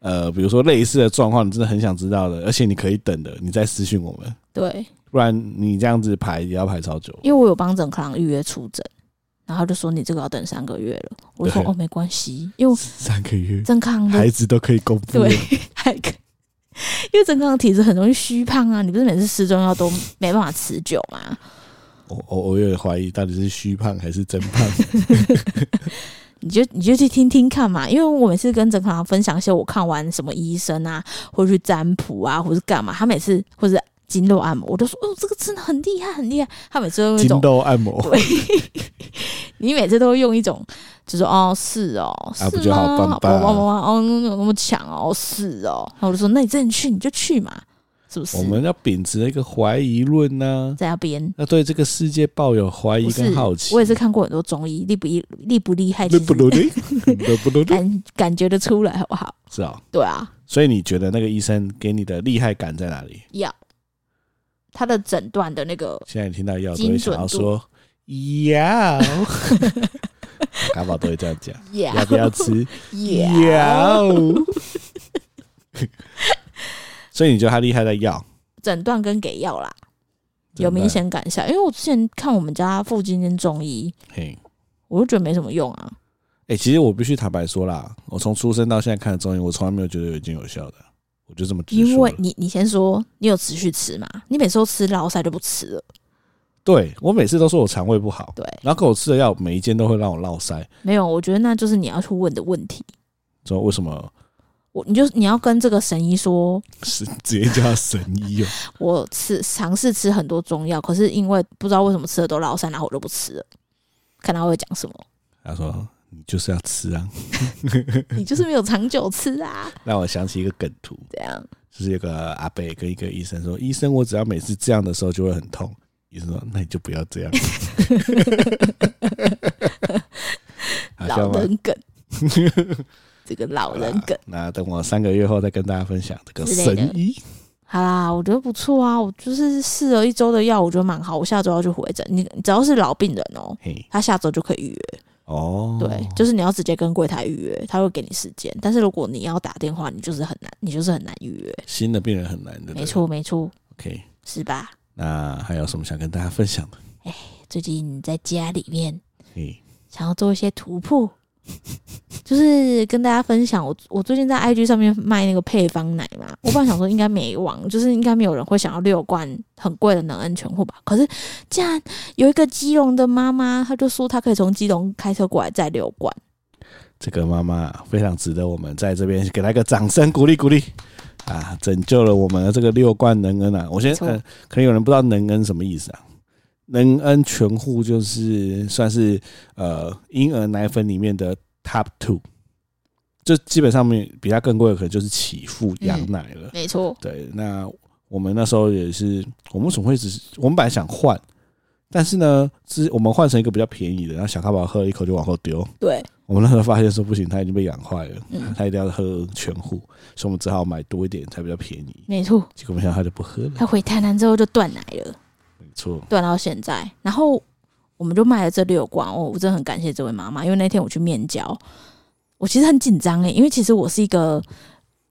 S1: 呃，比如说类似的状况，你真的很想知道的，而且你可以等的，你再私讯我们，
S2: 对，
S1: 不然你这样子排也要排超久。
S2: 因为我有帮整康预约出诊，然后他就说你这个要等三个月了，我说
S1: 对
S2: 哦没关系，因为
S1: 三个月，
S2: 整康的
S1: 孩子都可以公布了
S2: 对， *laughs* 还可以，因为整个体质很容易虚胖啊，你不是每次吃中药都没办法持久吗？
S1: 我我我有点怀疑到底是虚胖还是真
S2: *laughs*
S1: 胖。
S2: 你就你就去听听看嘛，因为我每次跟整康分享一些我看完什么医生啊，或者去占卜啊，或是干嘛，他每次或者经络按摩，我都说哦，这个真的很厉害，很厉害。他每次都用一
S1: 筋
S2: 种，
S1: 斗按摩
S2: 对，你每次都会用一种，就是哦是哦，是
S1: 啊不就好
S2: 吗
S1: 棒棒
S2: 哦哦哦哦，有那么强哦，是哦。然后我就说那你真的去你就去嘛，是不是？
S1: 我们要秉持一个怀疑论呢、
S2: 在那边。
S1: 要对这个世界抱有怀
S2: 不
S1: 疑
S2: 是
S1: 跟好奇。
S2: 我也是看过很多中医，厉不厉厉不厉害，
S1: 对
S2: 其
S1: 不
S2: 实
S1: 对？
S2: *laughs*
S1: 对不对？
S2: 感感觉得出来，好不好？
S1: 是啊、
S2: 对啊，
S1: 所以你觉得那个医生给你的厉害感在哪里？
S2: 要他的诊断的那个，
S1: 现在你听到药都
S2: 精
S1: 会
S2: 准
S1: 想要说药，卡宝都会这样讲，
S2: 要
S1: 要不要吃
S2: 要
S1: 药？ *laughs* 所以你觉得他厉害在药？
S2: 诊断跟给药啦，有明显感效。因为我之前看我们家附近间中医，
S1: 嘿。
S2: 我就觉得没什么用啊。
S1: 哎、其实我必须坦白说啦，我从出生到现在看的中医，我从来没有觉得有一件有效的，我就这么直说了。
S2: 因为你你先说，你有持续吃吗？你每次都吃老塞就不吃了，
S1: 对我每次都说我肠胃不好，
S2: 对，
S1: 然后给我吃的药每一间都会让我落腮，
S2: 没有，我觉得那就是你要去问的问题。
S1: 说为什么
S2: 我你就你要跟这个神医说，
S1: 是 *laughs* 直接叫他神医哦、
S2: 我吃尝试吃很多中药，可是因为不知道为什么吃的都老散，然后我就不吃了。看他会讲什么，
S1: 他说你就是要吃啊，
S2: 你就是没有长久吃啊，
S1: 让我想起一个梗图，
S2: 这样
S1: 就是有个阿伯跟一个医生说，医生我只要每次这样的时候就会很痛，医生说那你就不要
S2: *laughs*
S1: 这样， *laughs* 好笑
S2: 老
S1: 吗？ *laughs*
S2: 人梗，这个老人梗，
S1: 那等我三个月后再跟大家分享这个
S2: 之类的
S1: 神医。
S2: 好啦，我觉得不错啊，我就是试了一周的药，我觉得蛮好，我下周要去回诊。你你只要是老病人哦，
S1: 嘿，
S2: 他下周就可以预约，
S1: 哦，
S2: 对，就是你要直接跟柜台预约，他会给你时间，但是如果你要打电话，你就是很难，你就是很难预约，
S1: 新的病人很难的，对不对
S2: 没。错没错，
S1: OK，
S2: 是吧？
S1: 那还有什么想跟大家分享的？
S2: 最近在家里面
S1: 嘿，
S2: 想要做一些图谱， *laughs* 就是跟大家分享我我最近在 IG 上面卖那个配方奶嘛，我本来想说应该没网， *laughs* 就是应该没有人会想要六罐很贵的能恩全护吧，可是竟然有一个基隆的妈妈，她就说她可以从基隆开车过来再六罐，
S1: 这个妈妈非常值得我们在这边给她一个掌声鼓励鼓励啊！拯救了我们的这个六冠能恩啊！我先
S2: 没错
S1: 呃，可能有人不知道能恩什么意思啊？能恩全护就是算是呃婴儿奶粉里面的 top two，就基本上面比它更贵的可能就是起腹
S2: 嗯
S1: 羊奶了。
S2: 没错，
S1: 对，那我们那时候也是，我们为什么会只是我们本来想换，但是呢，是我们换成一个比较便宜的，然后小咖宝喝一口就往后丢。
S2: 对，
S1: 我们那时候发现说不行，它已经被养坏了，
S2: 嗯
S1: 它一定要喝全户，所以我们只好买多一点才比较便宜。
S2: 没错。
S1: 结果没想到它就不喝了，
S2: 他回台南之后就断奶了，
S1: 没错，
S2: 断到现在，然后我们就卖了这六罐。哦，我真的很感谢这位妈妈，因为那天我去面交，我其实很紧张欸诶，因为其实我是一个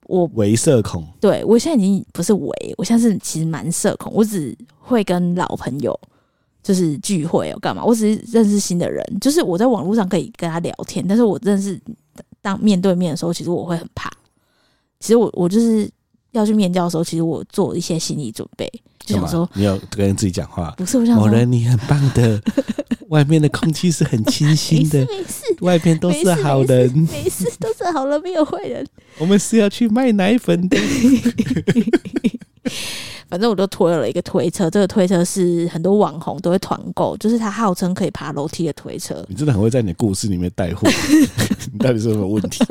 S2: 我
S1: 为社恐，
S2: 对我现在已经不是伪，我现在是其实蛮社恐，我只会跟老朋友就是聚会哦，干嘛？我只是认识新的人，就是我在网络上可以跟他聊天，但是我认识当面对面的时候，其实我会很怕。其实我我就是要去面交的时候，其实我做一些心理准备，
S1: 干
S2: 就想
S1: 嘛
S2: 说
S1: 你有跟自己讲
S2: *laughs*
S1: 话，
S2: 不是，我想
S1: 某
S2: 说
S1: 人你很棒的，外面的空气是很清
S2: 没
S1: 新的，
S2: 事 *laughs* 没事
S1: 外面都
S2: 没
S1: 是
S2: 事
S1: 好
S2: *laughs*
S1: 人，
S2: 没事，都是好人，没有坏人。
S1: 我们是要去卖奶粉的。
S2: 反正我就推了一个推车，这个推车是很多网红都会团购，就是它号称可以爬楼梯的推车。
S1: 你真的很会在你的故事里面
S2: *laughs*
S1: 带货，你到底是有什么问题？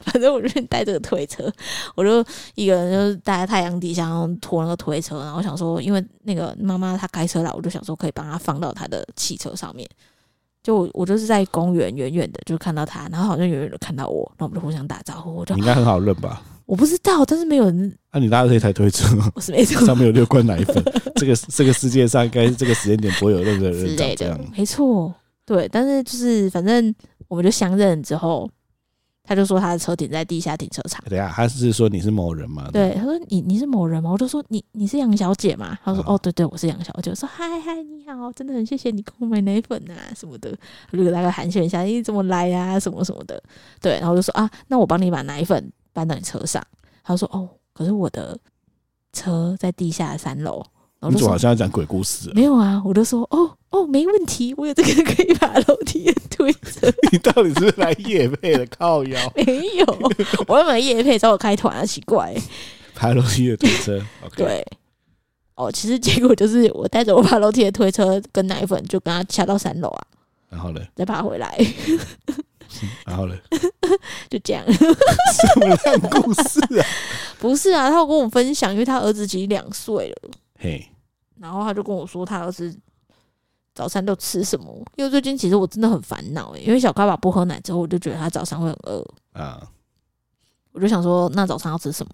S2: 反正我就是带这个推车，我就一个人就是待在太阳底下，然后拖那个推车，然后想说，因为那个妈妈她开车来，我就想说可以帮她放到她的汽车上面。就我我就是在公园远远的就看到她，然后好像远远的看到我，然后我们就互相打招呼，我就
S1: 你应该很好认吧？
S2: 我不知道，但是没有人，
S1: 啊，你拉着一台推
S2: *laughs*
S1: 车，
S2: 我是没错
S1: 上面有六罐奶粉，这个这个世界上应该这个时间点不会有任何
S2: 之
S1: 人长
S2: 类
S1: 这
S2: 的
S1: 样。，
S2: 没错，对。但是就是反正我们就相认之后，他就说他的车停在地下停车场。
S1: 等一下，他是说你是某人吗？，
S2: 对，他说你你是某人吗？我就说你你是杨小姐嘛？他说、
S1: 嗯
S2: 哦对对，我是杨小姐。我说嗨嗨你好，真的很谢谢你给我买奶粉啊什么的，我就给大概寒暄一下，你怎么来呀、什么什么的。对，然后我就说啊，那我帮你把奶粉搬到你车上。他说哦，可是我的车在地下三楼。然后我
S1: 你
S2: 就
S1: 总
S2: 说
S1: 好像要讲鬼故事啊， *laughs*
S2: 没有啊，我就说哦哦，没问题，我有这个可以把楼梯 *laughs* 的推车。
S1: 你到底是不是来夜配的？靠
S2: *laughs*
S1: 腰，
S2: 没有，我又没有夜配找我开团啊，奇怪、
S1: 爬楼梯的推车。OK，
S2: 对，哦，其实结果就是我带着我爬楼梯的推车跟奶粉，就跟他下到三楼啊，
S1: 然后呢？
S2: 再爬回来，
S1: *laughs* 然后呢？
S2: 就这样。 *laughs*
S1: 什么烂故事啊？
S2: 不是啊，他有跟我分享，因为他儿子其实两岁了，
S1: 嘿，
S2: 然后他就跟我说他儿子。早餐都吃什么？因为最近其实我真的很烦恼诶，欸因为小咖宝不喝奶之后，我就觉得他早上会很饿，
S1: 啊，
S2: 我就想说，那早餐要吃什么？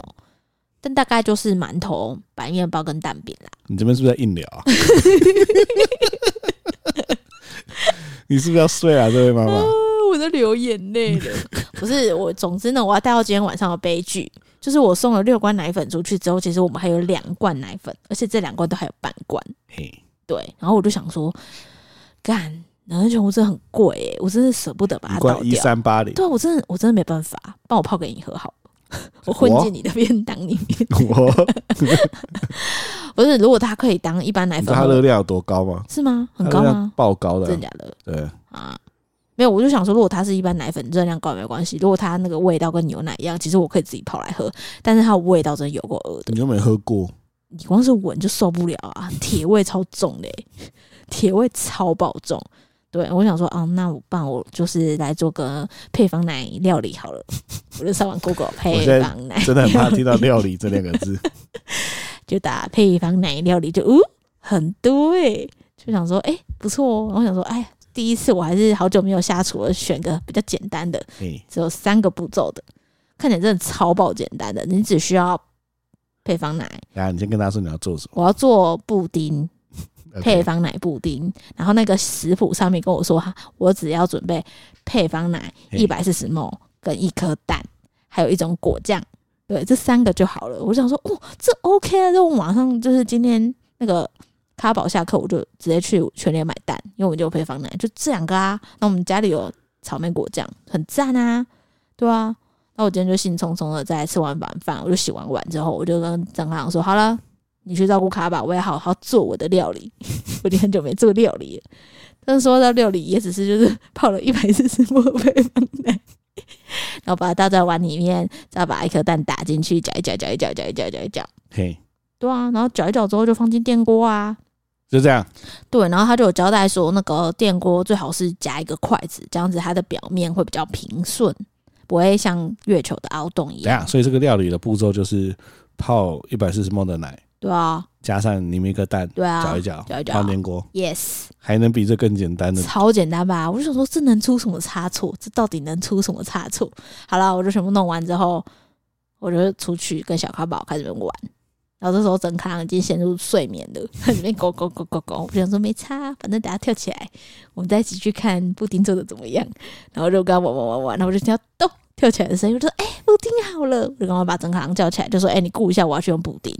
S2: 但大概就是馒头、白面包跟蛋饼啦。
S1: 你这边是不是在硬聊
S2: *laughs*
S1: 啊？你是不是要睡啊，这位妈妈？
S2: 哦我在流眼泪了。
S1: 嗯
S2: *laughs* 不是我，总之呢，我要带到今天晚上的悲剧，就是我送了六罐奶粉出去之后，其实我们还有两罐奶粉，而且这两罐都还有半罐。
S1: 嘿，
S2: 对，然后我就想说，干，能源全部真的很贵、欸，我真的舍不得把
S1: 一
S2: 它倒
S1: 罐一
S2: 掉。
S1: 三八零，
S2: 对啊，我真的我真的没办法，帮我泡给你喝好 *laughs* 了。我混进你的便当里面，
S1: *laughs*
S2: *laughs*
S1: 我
S2: 不是？如果它可以当一般奶
S1: 你知道
S2: 粉
S1: 它
S2: 喝
S1: 热，量有多高吗？
S2: 是吗？很
S1: 它
S2: 高
S1: 热量
S2: 吗？
S1: 爆高的
S2: 真
S1: 啊，
S2: 的假的？
S1: 对，
S2: 啊，没有，我就想说，如果它是一般奶粉，热量高也没关系。如果它那个味道跟牛奶一样，其实我可以自己泡来喝，但是它的味道真的有够恶的，
S1: 你又没喝过，
S2: 你光是闻就受不了啊， *laughs* 铁味超重的欸、铁味超爆重。对，我想说，啊，那我帮我就是来做个配方奶料理好了， *laughs* 我就上网 Google 配
S1: 现在
S2: 方奶，
S1: 真的很怕听
S2: *laughs*
S1: 到“料理”这两个字。
S2: 就打配方奶料理就，哦，很多哎、就想说，哎、不错哦。然后想说，哎呀，第一次我还是好久没有下厨了，选个比较简单的，
S1: 嘿，
S2: 只有三个步骤的，看起来真的超爆简单的。你只需要配方奶，
S1: 然后你先跟他说你要做什
S2: 我要做布丁， *laughs*
S1: 么，
S2: 配
S1: OK，
S2: 方奶布丁。然后那个食谱上面跟我说，哈，我只要准备配方奶
S1: 嘿
S2: 一百四十 ml 跟一颗蛋，还有一种果酱，对，这三个就好了。我想说，哦，这 OK 啊，那我马上就是今天那个。咖宝下课，我就直接去全联买蛋，因为我们就有配方奶，就这两个啊。那我们家里有草莓果酱，很赞啊，对啊。那我今天就兴冲冲的在吃完晚饭，我就洗完碗之后，我就跟张开朗说：“好了，你去照顾卡吧，我也好好做我的料理。我已经很久没做料理了，但是说到料理，也只是就是泡了一百四十沫配方奶，然后把它倒在碗里面，再把一颗蛋打进去，搅一搅，搅一搅，搅一搅，搅一搅。
S1: 嘿，
S2: 对啊，然后搅一搅之后就放进电锅啊。
S1: 就这样，
S2: 对，然后他就有交代说，那个电锅最好是夹一个筷子，这样子它的表面会比较平顺，不会像月球的凹洞一
S1: 这
S2: 样
S1: 样。。所以这个料理的步骤就是泡一百四十 ml 的奶，
S2: 对啊，
S1: 加上里面一颗蛋，
S2: 对啊
S1: 搅一搅
S2: 搅一，搅
S1: 放电锅，
S2: ，yes，
S1: 还能比这更简单的？
S2: 超简单吧？我就想说，这能出什么差错？这到底能出什么差错？好了，我就全部弄完之后，我就出去跟小咖宝开始玩。然后这时候整康已经陷入睡眠了，在里面狗狗狗狗狗。我想说没差，反正等下跳起来，我们再一起去看布丁做的怎么样。然后就跟他玩玩玩玩，然后我就听到咚跳起来的声音，我就说：“哎、布丁好了！”我就赶快把整康叫起来，就说：“哎、你顾一下，我要去用布丁。”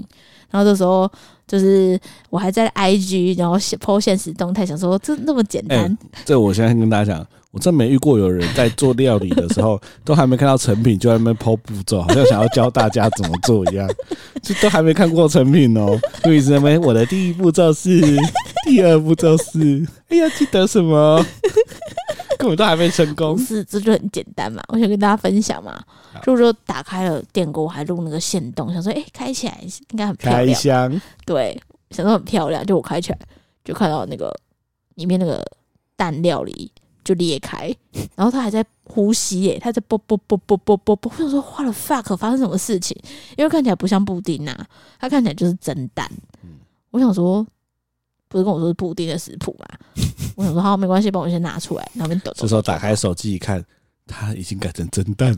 S2: 然后这时候就是我还在 IG，然后写 po 现实动态，想说这那么简单，
S1: 这我现在跟大家讲，我真没遇过有人在做料理的时候，都还没看到成品就在那边剖步骤，好像想要教大家怎么做一样，就都还没看过成品哦，就一直在那边我的第一步骤是， *laughs* 第二步骤是，哎呀，记得什么？根本都还没成
S2: 不
S1: 功。
S2: 是，这就很简单嘛。我想跟大家分享嘛，
S1: 好
S2: 所以我就打开了电锅，我还录那个线动，想说，哎、开起来应该很漂
S1: 开
S2: 亮，
S1: 箱，
S2: 对，想说很漂亮，就我开起来就看到那个里面那个蛋料理就裂开，然后它还在呼吸耶、它在啵啵啵啵啵啵啵，我想说，花了 fuck，发生什么事情？因为看起来不像布丁啊，它看起来就是蒸蛋。我想说。不是跟我说是布丁的食谱嘛？我想说好，没关系，帮我先拿出来，然后边抖抖抖抖抖。
S1: 这时候打开手机一看，它已经改成蒸蛋了。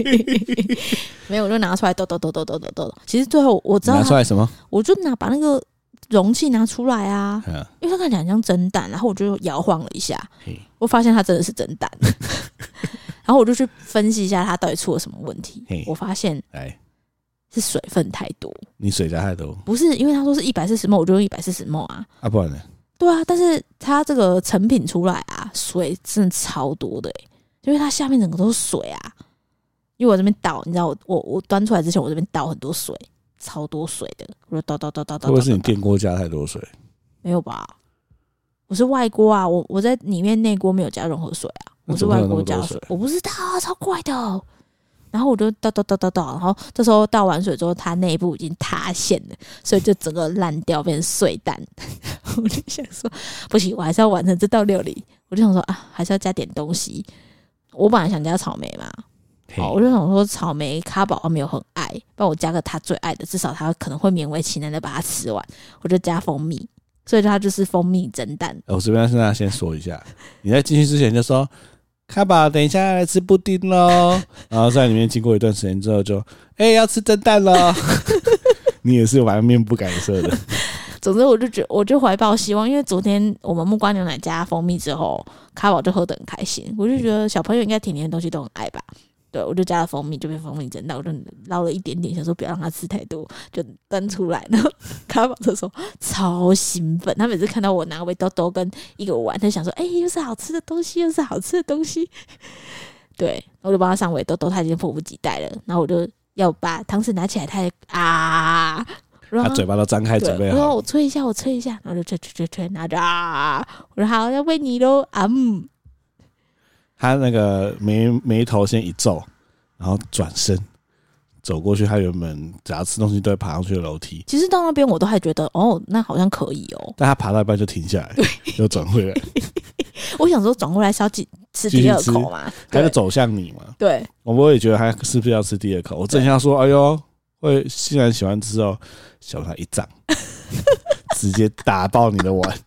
S2: *laughs* 没有，我就拿出来抖抖抖抖抖抖抖抖。其实最后我知道
S1: 拿出
S2: 它，
S1: 来什么？
S2: 我就拿把那个容器拿出来
S1: *laughs*
S2: 啊，
S1: 嗯，
S2: 因为它看起来很像蒸蛋，然后我就摇晃了一下
S1: 嘿，
S2: 我发现它真的是蒸
S1: *laughs*
S2: 蛋。然后我就去分析一下它到底出了什么问题
S1: 嘿，
S2: 我发现
S1: 来，
S2: 是水分太多，
S1: 你水加太多
S2: 不是因为他说是一百四十 ml，我就用一百四十 ml 啊。
S1: 啊，不然呢？
S2: 对啊，但是它这个成品出来啊，水真的超多的、欸，因为它下面整个都是水啊。因为我这边倒，你知道我我我端出来之前，我这边倒很多水，超多水的，我就倒倒倒
S1: 会
S2: 倒
S1: 不
S2: 倒倒
S1: 会是你
S2: 倒
S1: 电锅加太多水？
S2: 没有吧？我是外锅啊，我我在里面内锅没有加任何水啊，
S1: 那
S2: 我是
S1: 怎么会
S2: 外
S1: 有那
S2: 锅
S1: 么多
S2: 加
S1: 水
S2: 水，我不知道啊，超怪的哦。然后我就倒倒倒倒倒，然后这时候倒完水之后，它内部已经塌陷了，所以就整个烂掉变成碎蛋。 *laughs* 我就想说，不行，我还是要完成这道料理。我就想说啊，还是要加点东西。我本来想加草莓嘛，
S1: 嘿
S2: 哦，我就想说草莓咖宝没有很爱，不然我加个他最爱的，至少他可能会勉为其难的把它吃完。我就加蜂蜜，所以它就是蜂蜜蒸蛋。
S1: 呃我这边现在先说一下，你在进去之前就说：“卡宝，等一下来吃布丁喽。”然后在里面经过一段时间之后就，哎，要吃蒸蛋喽。 *laughs* 你也是完全面不改色的，
S2: 总之，我就觉我就怀抱希望，因为昨天我们木瓜牛奶加蜂蜜之后，咖宝就喝得很开心。我就觉得小朋友应该甜甜的东西都很爱吧。对，我就加了蜂蜜，就变蜂蜜蒸蛋，我就捞了一点点，想说不要让他吃太多，就端出来。然后 *laughs* 咖宝就说超兴奋，他每次看到我拿围兜兜跟一个碗，他就想说，哎、又是好吃的东西，又是好吃的东西。 *laughs* 对，我就帮他上围兜兜，他已经迫不及待了。然后我就要把汤匙拿起来，他也啊，然
S1: 他
S2: 后
S1: 嘴巴都张开
S2: 对，
S1: 准备
S2: 我说
S1: 好。
S2: 我吹一下，我吹一下，然后就吹吹吹吹，然后就啊，我说好，要喂你喽啊嗯，
S1: 他那个眉眉头先一皱，然后转身走过去。他原本只要吃东西都会爬上去的楼梯，
S2: 其实到那边我都还觉得哦，那好像可以哦。
S1: 但他爬到一半就停下来，又转回来，
S2: 我想说转过来是要进吃
S1: 继续
S2: 第二
S1: 吃
S2: 口嘛，
S1: 他就
S2: 对
S1: 走向你嘛。
S2: 对，
S1: 我我也觉得他是不是要吃第二口？我正想说，哎呦，会既然喜欢吃哦，小他一
S2: *laughs*
S1: 掌，直接打爆你的碗，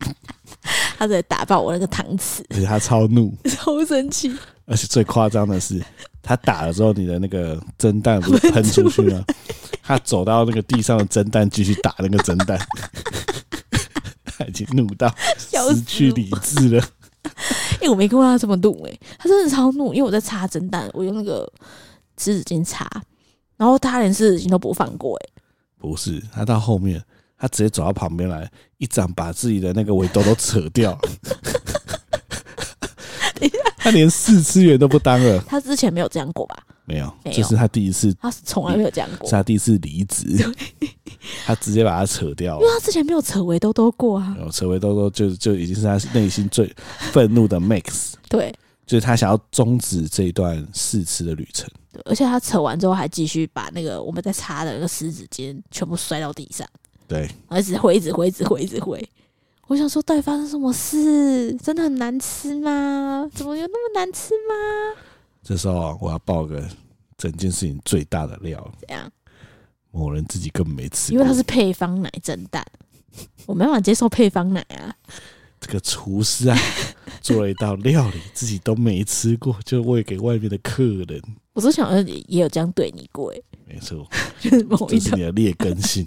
S2: 他在打爆我那个糖匙，
S1: 而且他超怒，
S2: 超生气。
S1: 而且最夸张的是，他打了之后，你的那个蒸蛋不是喷出去
S2: *laughs*
S1: 吗？他走到那个地上的蒸蛋，继续打那个蒸
S2: *laughs*
S1: 蛋，他已经怒到
S2: 笑
S1: 失
S2: 死
S1: 去
S2: 我
S1: 理智了。
S2: 哎、我没看过他这么怒哎、他真的超怒，因为我在擦蒸蛋，我用那个湿纸巾擦，然后他连湿纸巾都不放过哎、
S1: 不是，他到后面，他直接走到旁边来，一掌把自己的那个围兜都扯
S2: *laughs*
S1: 掉。他连试吃员都不当了，
S2: 他之前没有这样过吧？
S1: 没有，
S2: 没有
S1: 这是他第一次，
S2: 他从来没有这样过
S1: 是，他第一次离职，他直接把它扯掉
S2: 因为
S1: 了。
S2: 他之前没有扯围兜
S1: 嗯
S2: 兜过啊。
S1: 然后扯围兜兜就就已经是他内心最愤怒的 max，
S2: 对，
S1: 就是他想要终止这一段试吃的旅程。
S2: 对而且他扯完之后还继续把那个我们在擦的那个湿纸巾全部摔到地上，
S1: 对，
S2: 然后一直挥，一直挥，一直挥，一直挥。我想说，到底发生什么事？真的很难吃吗？怎么有那么难吃吗？
S1: 这时候啊我要爆个整件事情最大的料，
S2: 怎样？
S1: 某人自己根本没吃
S2: 因
S1: 过，
S2: 为它是配方奶蒸蛋，我没办法接受配方奶啊。
S1: 这个厨师
S2: *laughs*
S1: 啊，做了一道料理自己都没吃过，就喂给外面的客人。
S2: 我只想说也有这样对你过、欸， *laughs*
S1: 没错，
S2: 就是某
S1: 这
S2: 一
S1: 是
S2: 种
S1: 你的劣根
S2: *laughs*
S1: 性。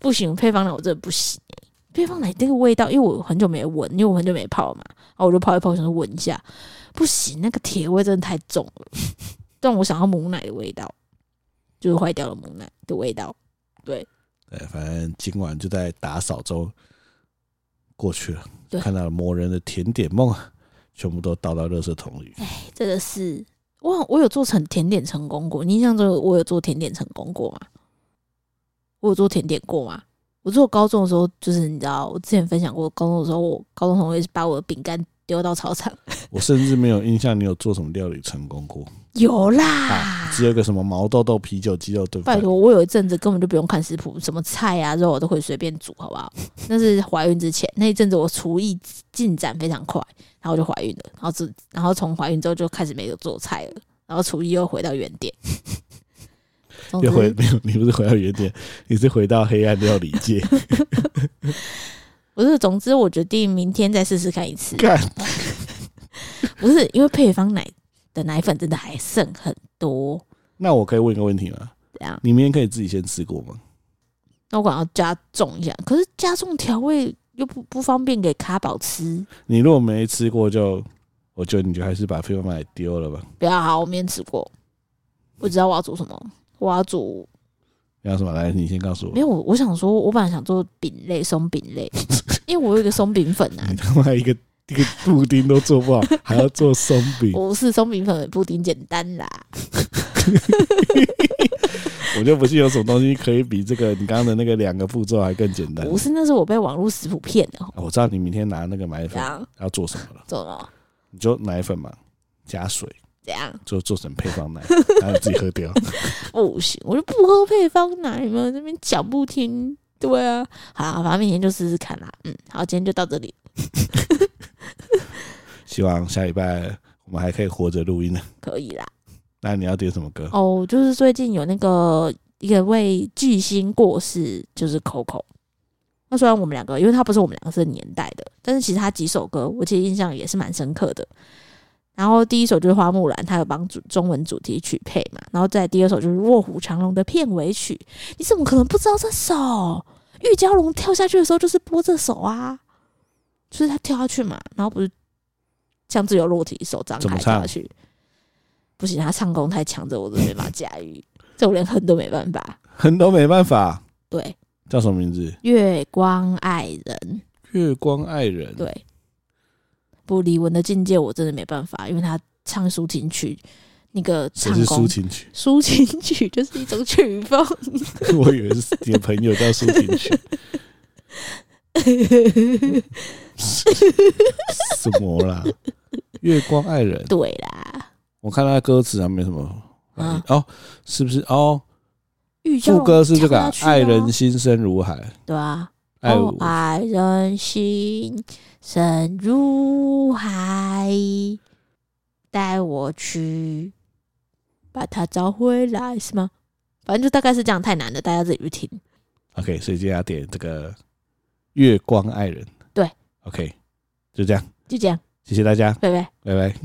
S2: 不行，配方奶我真的不行、欸配方奶那个味道，因为我很久没闻，因为我很久没泡嘛，然后我就泡一泡，想说闻一下，不行，那个铁味真的太重了， *laughs* 让我想要母奶的味道，就是坏掉了母奶的味道。
S1: 对，反正今晚就在打扫中过去了
S2: 对，
S1: 看到了魔人的甜点梦啊，全部都倒到垃圾桶里。
S2: 真的是，我我有做成甜点成功过。你印象中有我有做甜点成功过吗？我有做甜点过吗？我做高中的时候，就是你知道，我之前分享过，高中的时候，我高中同学把我的饼干丢到操场，
S1: 我甚至没有印象你有做什么料理成功过，
S2: 有啦。
S1: 啊只有一个什么毛豆豆啤酒鸡肉炖
S2: 拜
S1: 饭。
S2: 托，我有一阵子根本就不用看食谱，什么菜啊、肉我都会随便煮，好不 *laughs* 好？那是怀孕之前那一阵子，我厨艺进展非常快，然后我就怀孕了，然后自然后从怀孕之后就开始没有做菜了，然后厨艺又回到原点。 *laughs* 总
S1: 又回
S2: 之，
S1: 没有，你不是回到原点，你是回到黑暗料理界。
S2: *laughs* 不是，总之我决定明天再试试看一次。
S1: 干，
S2: 不是因为配方奶的奶粉真的还剩很多，
S1: 那我可以问一个问题吗？
S2: 这样
S1: 你明天可以自己先吃过吗？
S2: 那我管要加重一下，可是加重调味又不不方便给卡宝吃。
S1: 你如果没吃过就，我觉得你就还是把配方奶丢了吧。
S2: 不要好，我没吃过，我知道我要煮什么，我要煮
S1: 你要什么？来，你先告诉
S2: 没
S1: 我。
S2: 有，我我想说，我本来想做饼类松饼类，因为我有一个松饼粉啊
S1: 你，他妈一个一个布丁都做
S2: *laughs*
S1: 不好，还要做松饼，
S2: 不是松饼粉的布丁简单啦，
S1: 我就不信有什么东西可以比这个你刚刚的那个两个步骤还更简单。
S2: 不是那是我被网络食谱骗的，
S1: 啊我知道你明天拿那个奶
S2: 这
S1: 粉
S2: 样
S1: 要做什么了，
S2: 怎么
S1: 你就奶粉嘛，加水，
S2: 这样
S1: 就做成配
S2: *laughs*
S1: 方奶，然后你自己喝掉。
S2: 不行，我就不喝配方奶嘛，你们这边讲不听，对啊，好啦，反正明天就试试看啦，嗯，好，今天就到这里，
S1: 希望下礼拜我们还可以活着录音呢。
S2: 可以啦。
S1: 那你要点什么歌？
S2: 哦，就是最近有那个一个位巨星过世，就是 Coco。那虽然我们两个，因为他不是我们两个是年代的，但是其实他几首歌我其实印象也是蛮深刻的。然后第一首就是《花木兰》，他有帮主中文主题曲配嘛。然后再来第二首就是《卧虎藏龙》的片尾曲，你怎么可能不知道这首？玉娇龙跳下去的时候就是播这首啊，就是他跳下去嘛，然后不是像自由落体手张
S1: 怎么
S2: 开跳下
S1: 唱
S2: 去，不行，他唱功太强，这我真的没办法驾驭，这我连哼都没办法。
S1: 很多没办法，
S2: 对，
S1: 叫什么名字？
S2: 月光爱人，
S1: 月光爱人。
S2: 对，不李玟的境界我真的没办法，因为他唱抒情曲，那个
S1: 谁
S2: 唱
S1: 是
S2: 功
S1: 抒，情啊曲？
S2: 抒情曲就是一种
S1: *laughs*
S2: 曲风， *laughs*
S1: 我以为是你的朋友叫抒情曲。什么啦？月光爱人，
S2: 对啦。
S1: 我看他歌词啊，没什么反应。
S2: 啊
S1: 哦，是不是？哦，
S2: 玉娇
S1: 副歌是这个
S2: 龙
S1: 啊、
S2: 跳下去
S1: 爱
S2: 啊
S1: 人心深如海，
S2: 对啊，
S1: 爱
S2: 哦
S1: 我，
S2: 爱人心深如海，带我去把它找回来，是吗？反正就大概是这样，太难了，大家自己去听。
S1: OK，所以今天要点这个《月光爱人》。
S2: 对
S1: ，OK，就这样，
S2: 就这样，
S1: 谢谢大家，
S2: 拜拜。
S1: 拜拜。